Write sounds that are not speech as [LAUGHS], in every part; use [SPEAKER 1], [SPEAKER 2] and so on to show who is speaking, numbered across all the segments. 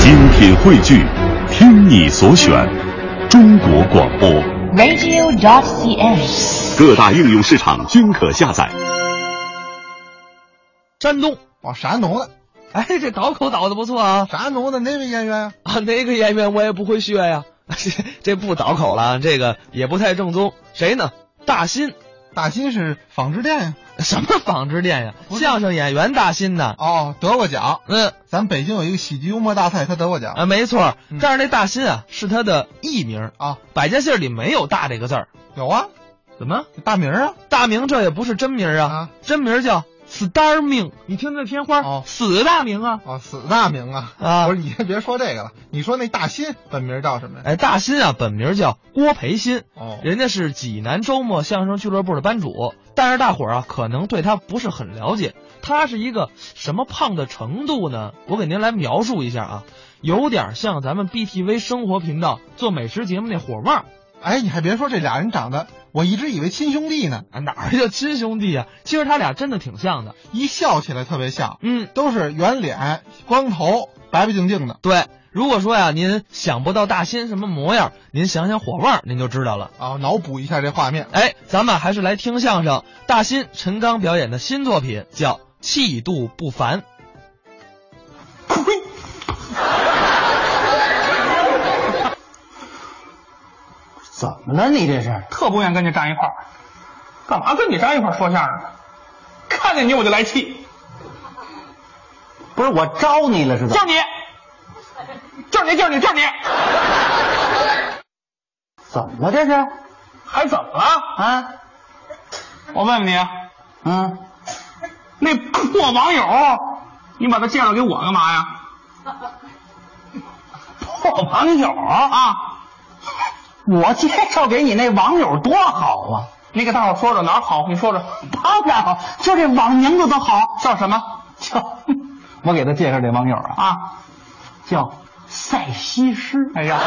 [SPEAKER 1] 精品汇聚，听你所选，中国广播。
[SPEAKER 2] radio.cn。
[SPEAKER 1] 各大应用市场均可下载。
[SPEAKER 3] 山东，
[SPEAKER 4] 哦，啥农的，
[SPEAKER 3] 哎，这倒口倒的不错啊
[SPEAKER 4] 啥农的哪位演员啊？
[SPEAKER 3] 啊，哪个演员我也不会学呀、 [LAUGHS] 这这不倒口了，啊这个也不太正宗。谁呢？大新，
[SPEAKER 4] 大新是纺织店呀、
[SPEAKER 3] 什么纺织店呀、
[SPEAKER 4] 不是
[SPEAKER 3] 相声演员大新呐。
[SPEAKER 4] 哦，得过奖。
[SPEAKER 3] 嗯
[SPEAKER 4] 咱北京有一个喜剧幽默大赛，他得过奖
[SPEAKER 3] 啊，没错儿
[SPEAKER 4] 嗯，
[SPEAKER 3] 但是那大新啊是他的艺名，
[SPEAKER 4] 啊。
[SPEAKER 3] 百家姓儿里没有“大”这个字儿。
[SPEAKER 4] 有啊，
[SPEAKER 3] 怎么？
[SPEAKER 4] 大名啊，
[SPEAKER 3] 大名这也不是真名啊，
[SPEAKER 4] 啊
[SPEAKER 3] 真名叫 Star 命，你听这片花，
[SPEAKER 4] 哦
[SPEAKER 3] 死大名啊
[SPEAKER 4] 哦，死大名啊。
[SPEAKER 3] 啊
[SPEAKER 4] 不！是，你先别说这个了，你说那大新本名叫什么呀？
[SPEAKER 3] 哎，大新啊本名叫郭培新，
[SPEAKER 4] 哦，
[SPEAKER 3] 人家是济南周末相声俱乐部的班主，但是大伙儿啊可能对他不是很了解，他是一个什么胖的程度呢？我给您来描述一下啊，有点像咱们 BTV 生活频道做美食节目那火旺
[SPEAKER 4] 哎，你还别说，这俩人长得，我一直以为亲兄弟呢，
[SPEAKER 3] 啊，哪儿叫亲兄弟啊？其实他俩真的挺像的。
[SPEAKER 4] 一笑哎起来特别像，
[SPEAKER 3] 嗯，
[SPEAKER 4] 都是圆脸、光头、白白净净的。
[SPEAKER 3] 对。如果说呀、您想不到大新什么模样，您想想火旺，您就知道了。
[SPEAKER 4] 啊，脑补一下这画面。
[SPEAKER 3] 哎，咱们还是来听相声，大新陈刚表演的新作品叫《气度不凡》。
[SPEAKER 5] 怎么了？你这是？
[SPEAKER 6] 特不愿跟你站一块儿。干嘛跟你站一块儿说相声呢？看见你我就来气，
[SPEAKER 5] 不是我招你了是
[SPEAKER 6] 就
[SPEAKER 5] 怎
[SPEAKER 6] 是
[SPEAKER 5] 么？
[SPEAKER 6] 你，就是你，就是你，就是你，
[SPEAKER 5] 怎么了这是？
[SPEAKER 6] 还怎么了？
[SPEAKER 5] 啊，
[SPEAKER 6] 我问问你，啊
[SPEAKER 5] 嗯，
[SPEAKER 6] 那破网友，你把他介绍给我干嘛呀？
[SPEAKER 5] 破网友啊！
[SPEAKER 6] 啊，
[SPEAKER 5] 我介绍给你那网友多好啊！
[SPEAKER 6] 你给大伙儿说说哪儿好？你说说，
[SPEAKER 5] 当然好，就这网名字都好，
[SPEAKER 6] 叫什么？
[SPEAKER 5] 叫我给他介绍这网友啊，
[SPEAKER 6] 啊，
[SPEAKER 5] 叫赛西施，
[SPEAKER 6] 哎
[SPEAKER 5] [LAUGHS]
[SPEAKER 6] 呀，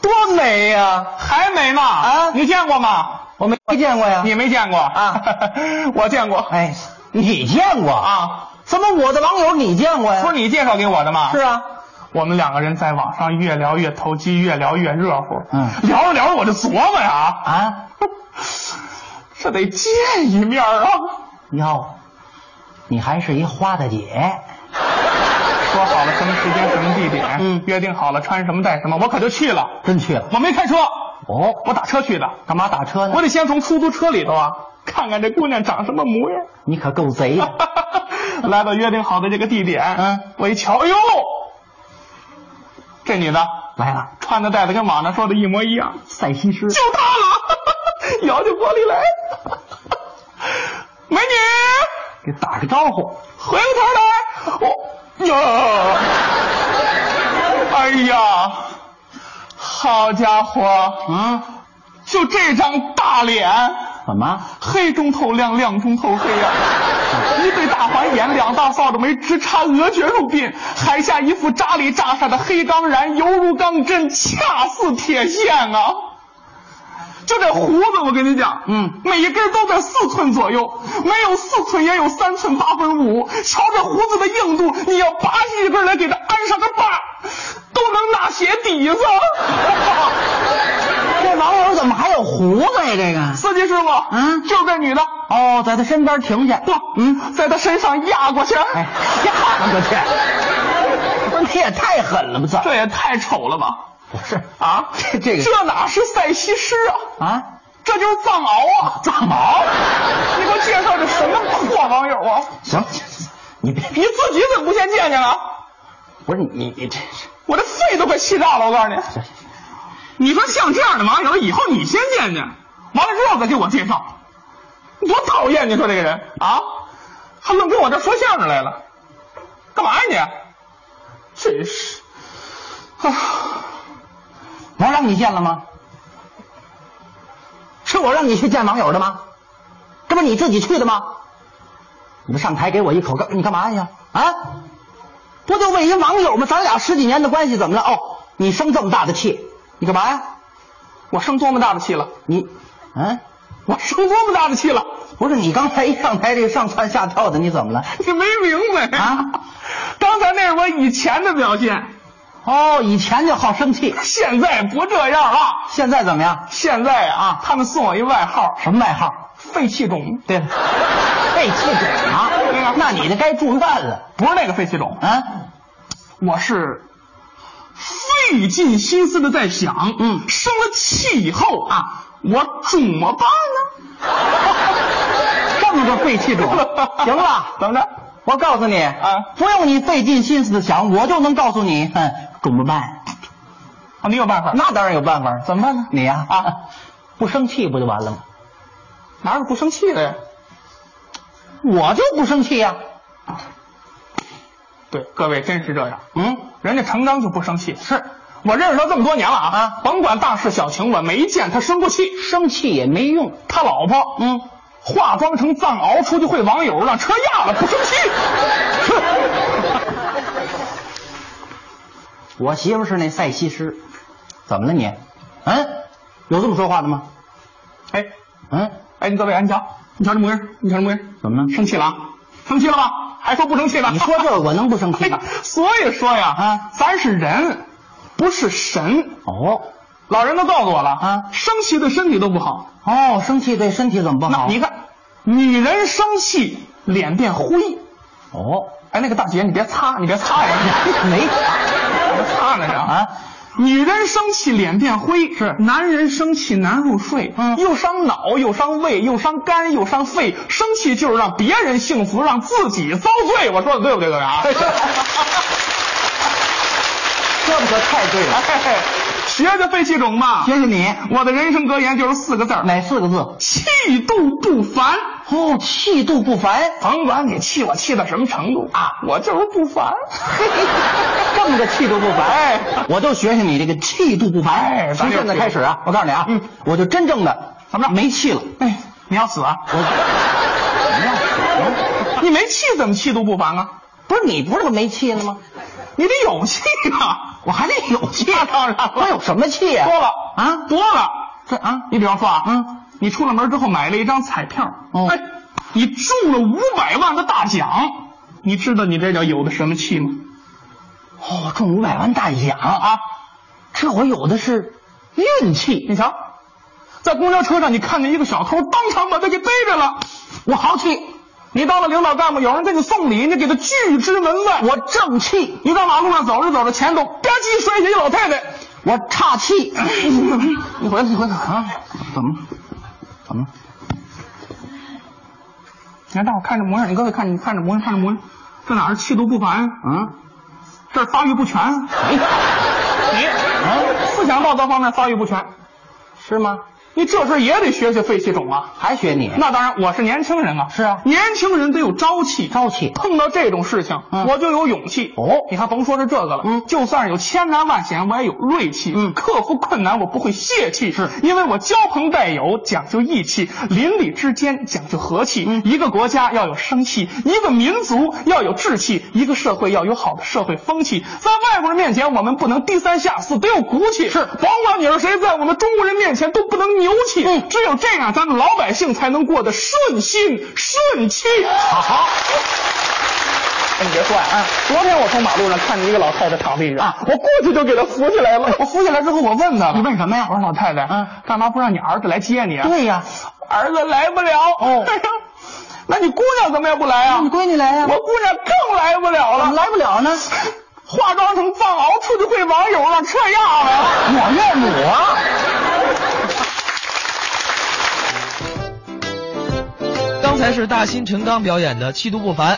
[SPEAKER 5] 多美呀、
[SPEAKER 6] 还没呢
[SPEAKER 5] 啊
[SPEAKER 6] 你见过吗？
[SPEAKER 5] 我没见过呀，
[SPEAKER 6] 你没见过
[SPEAKER 5] 啊
[SPEAKER 6] [LAUGHS] 我见过。
[SPEAKER 5] 哎，你见过？
[SPEAKER 6] 啊，
[SPEAKER 5] 怎么我的网友你见过呀？
[SPEAKER 6] 不是你介绍给我的吗？
[SPEAKER 5] 是啊，
[SPEAKER 6] 我们两个人在网上越聊越投机，越聊越热乎。
[SPEAKER 5] 嗯
[SPEAKER 6] 聊着聊着我就琢磨呀，
[SPEAKER 5] 啊，
[SPEAKER 6] 这得见一面啊！
[SPEAKER 5] 哟，你还是一花大姐。
[SPEAKER 6] 说好了什么时间、什么地点，
[SPEAKER 5] 嗯
[SPEAKER 6] 约定好了穿什么带什么，我可就去了。
[SPEAKER 5] 真去了
[SPEAKER 6] 我没开车，
[SPEAKER 5] 哦，
[SPEAKER 6] 我打车去的。
[SPEAKER 5] 干嘛打车呢？
[SPEAKER 6] 我得先从出租车里头啊，看看这姑娘长什么模样。 [LAUGHS]
[SPEAKER 5] 你可够贼的！
[SPEAKER 6] 来到约定好的这个地点，
[SPEAKER 5] 嗯，
[SPEAKER 6] 我一瞧，哎呦，这女的
[SPEAKER 5] 来了，
[SPEAKER 6] 穿的带的跟网上说的一模一样。
[SPEAKER 5] 赛西施，
[SPEAKER 6] 就他了， [LAUGHS] 摇起玻璃来，美女，
[SPEAKER 5] 给打个招呼。
[SPEAKER 6] 回过头来，我呀，哎呀，好家伙，
[SPEAKER 5] 啊？
[SPEAKER 6] 就这张大脸，
[SPEAKER 5] 怎么？
[SPEAKER 6] 黑中透亮，亮中透黑呀、一对大环眼，两大扫帚眉，直插额角入鬓，海下一副扎里扎煞的黑钢髯，犹如钢针，恰似铁线啊！就这胡子，我跟你讲，
[SPEAKER 5] 嗯，
[SPEAKER 6] 每一根都在四寸左右，没有四寸也有三寸八分五。瞧这胡子的硬度，你要拔下一根来给它安上个把，都能纳鞋底子。
[SPEAKER 5] [LAUGHS] 这网友怎么还有胡子呀？这个
[SPEAKER 6] [LAUGHS] 司机师傅，
[SPEAKER 5] 嗯
[SPEAKER 6] 就是这女的，
[SPEAKER 5] 哦，在他身边停下。
[SPEAKER 6] 不，
[SPEAKER 5] 嗯，
[SPEAKER 6] 在他身上压过去。
[SPEAKER 5] 哎，呀，
[SPEAKER 6] [LAUGHS]
[SPEAKER 5] 我去！不是你也太狠了吧？这
[SPEAKER 6] 这也太丑了吧！
[SPEAKER 5] 不是
[SPEAKER 6] 啊，
[SPEAKER 5] 这这个
[SPEAKER 6] 这哪是赛西施啊？
[SPEAKER 5] 啊？
[SPEAKER 6] 这就是藏獒啊！藏獒！ [LAUGHS] 你给我介绍这什么破网友啊？
[SPEAKER 5] 行行行，你别，
[SPEAKER 6] 你自己怎么不先见见啊？
[SPEAKER 5] 不是你你这是
[SPEAKER 6] 我这肺都快气炸了！我告诉你，
[SPEAKER 5] 这是
[SPEAKER 6] 你说像这样的网友，以后你先见见，完了之后再给我介绍，多讨厌！你说这个人啊，还愣跟我这说相声来了，干嘛呀你？真是，啊，
[SPEAKER 5] 我让你见了吗？是我让你去见网友的吗？这不是你自己去的吗？你们上台给我一口干，你干嘛呀？啊，不就为一网友吗？咱俩十几年的关系怎么了？哦，你生这么大的气，你干嘛呀？
[SPEAKER 6] 我生多么大的气了！
[SPEAKER 5] 你，嗯，
[SPEAKER 6] 我生多么大的气了！
[SPEAKER 5] [LAUGHS] 不是你刚才一上台这上蹿下跳的，你怎么了？
[SPEAKER 6] 你没明白
[SPEAKER 5] 啊？
[SPEAKER 6] 刚才以前的表现，
[SPEAKER 5] 哦，以前就好生气，
[SPEAKER 6] 现在不这样了。
[SPEAKER 5] 现在怎么样？
[SPEAKER 6] 现在啊，他们送我一外号
[SPEAKER 5] 什么外号？
[SPEAKER 6] “废气种
[SPEAKER 5] 对了，被气肿啊
[SPEAKER 6] 对呀！
[SPEAKER 5] 那你这该住院了”，
[SPEAKER 6] 不是那个废气种，
[SPEAKER 5] 啊！
[SPEAKER 6] 我是费尽心思的在想，
[SPEAKER 5] 嗯
[SPEAKER 6] 生了气以后啊，我怎么办呢？ [LAUGHS]
[SPEAKER 5] 这么个肺气肿，行了，
[SPEAKER 6] 怎么着？
[SPEAKER 5] 我告诉你，
[SPEAKER 6] 啊
[SPEAKER 5] 不用你费尽心思的想，我就能告诉你，嗯，怎么办？
[SPEAKER 6] 啊，你有办法？
[SPEAKER 5] 那当然有办法，
[SPEAKER 6] 怎么办呢？
[SPEAKER 5] 你呀
[SPEAKER 6] 啊，
[SPEAKER 5] [LAUGHS] 不生气不就完了吗？
[SPEAKER 6] 哪有不生气的呀？
[SPEAKER 5] 我就不生气呀、
[SPEAKER 6] 对，各位真是这样。
[SPEAKER 5] 嗯，
[SPEAKER 6] 人家程刚就不生气，是我认识他这么多年了啊，
[SPEAKER 5] 啊
[SPEAKER 6] 甭管大事小情，我没见他生过气。
[SPEAKER 5] 生气也没用，
[SPEAKER 6] 他老婆，
[SPEAKER 5] 嗯，
[SPEAKER 6] 化妆成藏獒出去会网友，让车压了，不生气。
[SPEAKER 5] 我媳妇是那赛西施，怎么了你？嗯，有这么说话的吗？
[SPEAKER 6] 哎 [LAUGHS]
[SPEAKER 5] 嗯，
[SPEAKER 6] 哎，你各位，哎你瞧，你瞧这模样，你瞧这模样，
[SPEAKER 5] 怎么了
[SPEAKER 6] 生气了啊？生气了吧？还说不生气了？
[SPEAKER 5] 你说这个我能不生气
[SPEAKER 6] 哎
[SPEAKER 5] 吗？
[SPEAKER 6] [LAUGHS] 所以说呀，
[SPEAKER 5] 啊
[SPEAKER 6] 咱是人，不是神。
[SPEAKER 5] 哦
[SPEAKER 6] 老人都告诉我了
[SPEAKER 5] 啊
[SPEAKER 6] 生气对身体都不好。
[SPEAKER 5] 哦，生气对身体怎么不
[SPEAKER 6] 那
[SPEAKER 5] 好？
[SPEAKER 6] 你看，女人生气脸变灰。
[SPEAKER 5] 哦，
[SPEAKER 6] 哎，那个大姐，你别擦，你别擦我，
[SPEAKER 5] 哎没
[SPEAKER 6] 我擦来着啊。
[SPEAKER 5] 啊，
[SPEAKER 6] 女人生气脸变灰，是男人生气难入睡，
[SPEAKER 5] 嗯
[SPEAKER 6] 又伤脑，又伤胃，又伤肝，又伤肺。生气就是让别人幸福，让自己遭罪。我说的对不对，各
[SPEAKER 5] [LAUGHS]
[SPEAKER 6] 位啊？
[SPEAKER 5] 这可太对了。
[SPEAKER 6] 哎，学学肺气肿嘛。
[SPEAKER 5] 谢谢你，
[SPEAKER 6] 我的人生格言就是四个字儿：
[SPEAKER 5] 哪四个字？
[SPEAKER 6] 气度不凡。
[SPEAKER 5] 哦，气度不凡，
[SPEAKER 6] 甭管你气我气到什么程度啊，我就是不凡。
[SPEAKER 5] 这么个气度不凡。
[SPEAKER 6] 哎
[SPEAKER 5] 我就学学你这个气度不凡。
[SPEAKER 6] 哎
[SPEAKER 5] 从
[SPEAKER 6] 咱就
[SPEAKER 5] 现在
[SPEAKER 6] 气
[SPEAKER 5] 开始啊，我告诉你啊，
[SPEAKER 6] 嗯，
[SPEAKER 5] 我就真正的
[SPEAKER 6] 怎么着
[SPEAKER 5] 没气了。
[SPEAKER 6] 哎，你要死啊？
[SPEAKER 5] 我，
[SPEAKER 6] 你没气怎么气度不凡啊？
[SPEAKER 5] 啊不是你不是没气了吗？
[SPEAKER 6] 你得有气啊！
[SPEAKER 5] 我还得有气，啊
[SPEAKER 6] 那当然了
[SPEAKER 5] 哎我有什么气呀、
[SPEAKER 6] 多了
[SPEAKER 5] 啊
[SPEAKER 6] 多了。
[SPEAKER 5] 这啊，
[SPEAKER 6] 你比方说啊，
[SPEAKER 5] 嗯，
[SPEAKER 6] 你出了门之后买了一张彩票，
[SPEAKER 5] 哦
[SPEAKER 6] 哎，你中了五百万的大奖，你知道你这叫有的什么气吗？
[SPEAKER 5] 哦，中五百万大奖啊！这我有的是运气，
[SPEAKER 6] 你瞧，在公交车上你看见一个小偷，当场把他给逮着了，
[SPEAKER 5] 我豪气，
[SPEAKER 6] 你当了领导干部，有人给你送礼，你给他拒之门外。
[SPEAKER 5] 我正气，
[SPEAKER 6] 你在马路上走着走着，前头吧唧摔下一老太太，
[SPEAKER 5] 我岔 [LAUGHS] 气。
[SPEAKER 6] 你回来，你回来啊！
[SPEAKER 5] 怎么？怎么？
[SPEAKER 6] 你看大伙看这模样，你各位看，你看这模样，看这模样，这哪是气度不凡？
[SPEAKER 5] 啊？
[SPEAKER 6] 这是发育不全。
[SPEAKER 5] 哎，
[SPEAKER 6] 你啊，思想道德方面发育不全，
[SPEAKER 5] 是吗？
[SPEAKER 6] 你这事儿也得学学肺气肿啊。
[SPEAKER 5] 还学你？
[SPEAKER 6] 那当然，我是年轻人啊。
[SPEAKER 5] 是啊
[SPEAKER 6] 年轻人得有朝气。
[SPEAKER 5] 朝气
[SPEAKER 6] 碰到这种事情，
[SPEAKER 5] 嗯
[SPEAKER 6] 我就有勇气。
[SPEAKER 5] 哦
[SPEAKER 6] 你还甭说是这个了，
[SPEAKER 5] 嗯
[SPEAKER 6] 就算是有千难万险，我也有锐气。
[SPEAKER 5] 嗯
[SPEAKER 6] 克服困难我不会泄气，是因为我交朋带友讲究义气，邻里之间讲究和气。
[SPEAKER 5] 嗯
[SPEAKER 6] 一个国家要有生气，一个民族要有志气，一个社会要有好的社会风气。在外国人面前，我们不能低三下四，得有骨气。是，甭管你是谁，在我们中国人面前都不能牛气。
[SPEAKER 5] 嗯
[SPEAKER 6] 只有这样，咱们老百姓才能过得顺心顺气。好。哎，你别说呀、啊，昨天我从马路上看见一个老太太躺地上，
[SPEAKER 5] 啊
[SPEAKER 6] 我过去就给她扶起来了。我扶起来之后，我问她，
[SPEAKER 5] 你问什么呀
[SPEAKER 6] 我说老太太，
[SPEAKER 5] 嗯
[SPEAKER 6] 干嘛不让你儿子来接你啊？
[SPEAKER 5] 对呀、
[SPEAKER 6] 儿子来不了。
[SPEAKER 5] 哦
[SPEAKER 6] 哎呀，那你姑娘怎么也不来啊？
[SPEAKER 5] 你闺女来呀、
[SPEAKER 6] 我姑娘更来不了
[SPEAKER 5] 怎
[SPEAKER 6] 了
[SPEAKER 5] 么，来不了呢？
[SPEAKER 6] 化妆成藏獒出去会网友了，这样了。
[SPEAKER 5] 我岳母啊！
[SPEAKER 3] 刚才是大新陈刚表演的《气度不凡》，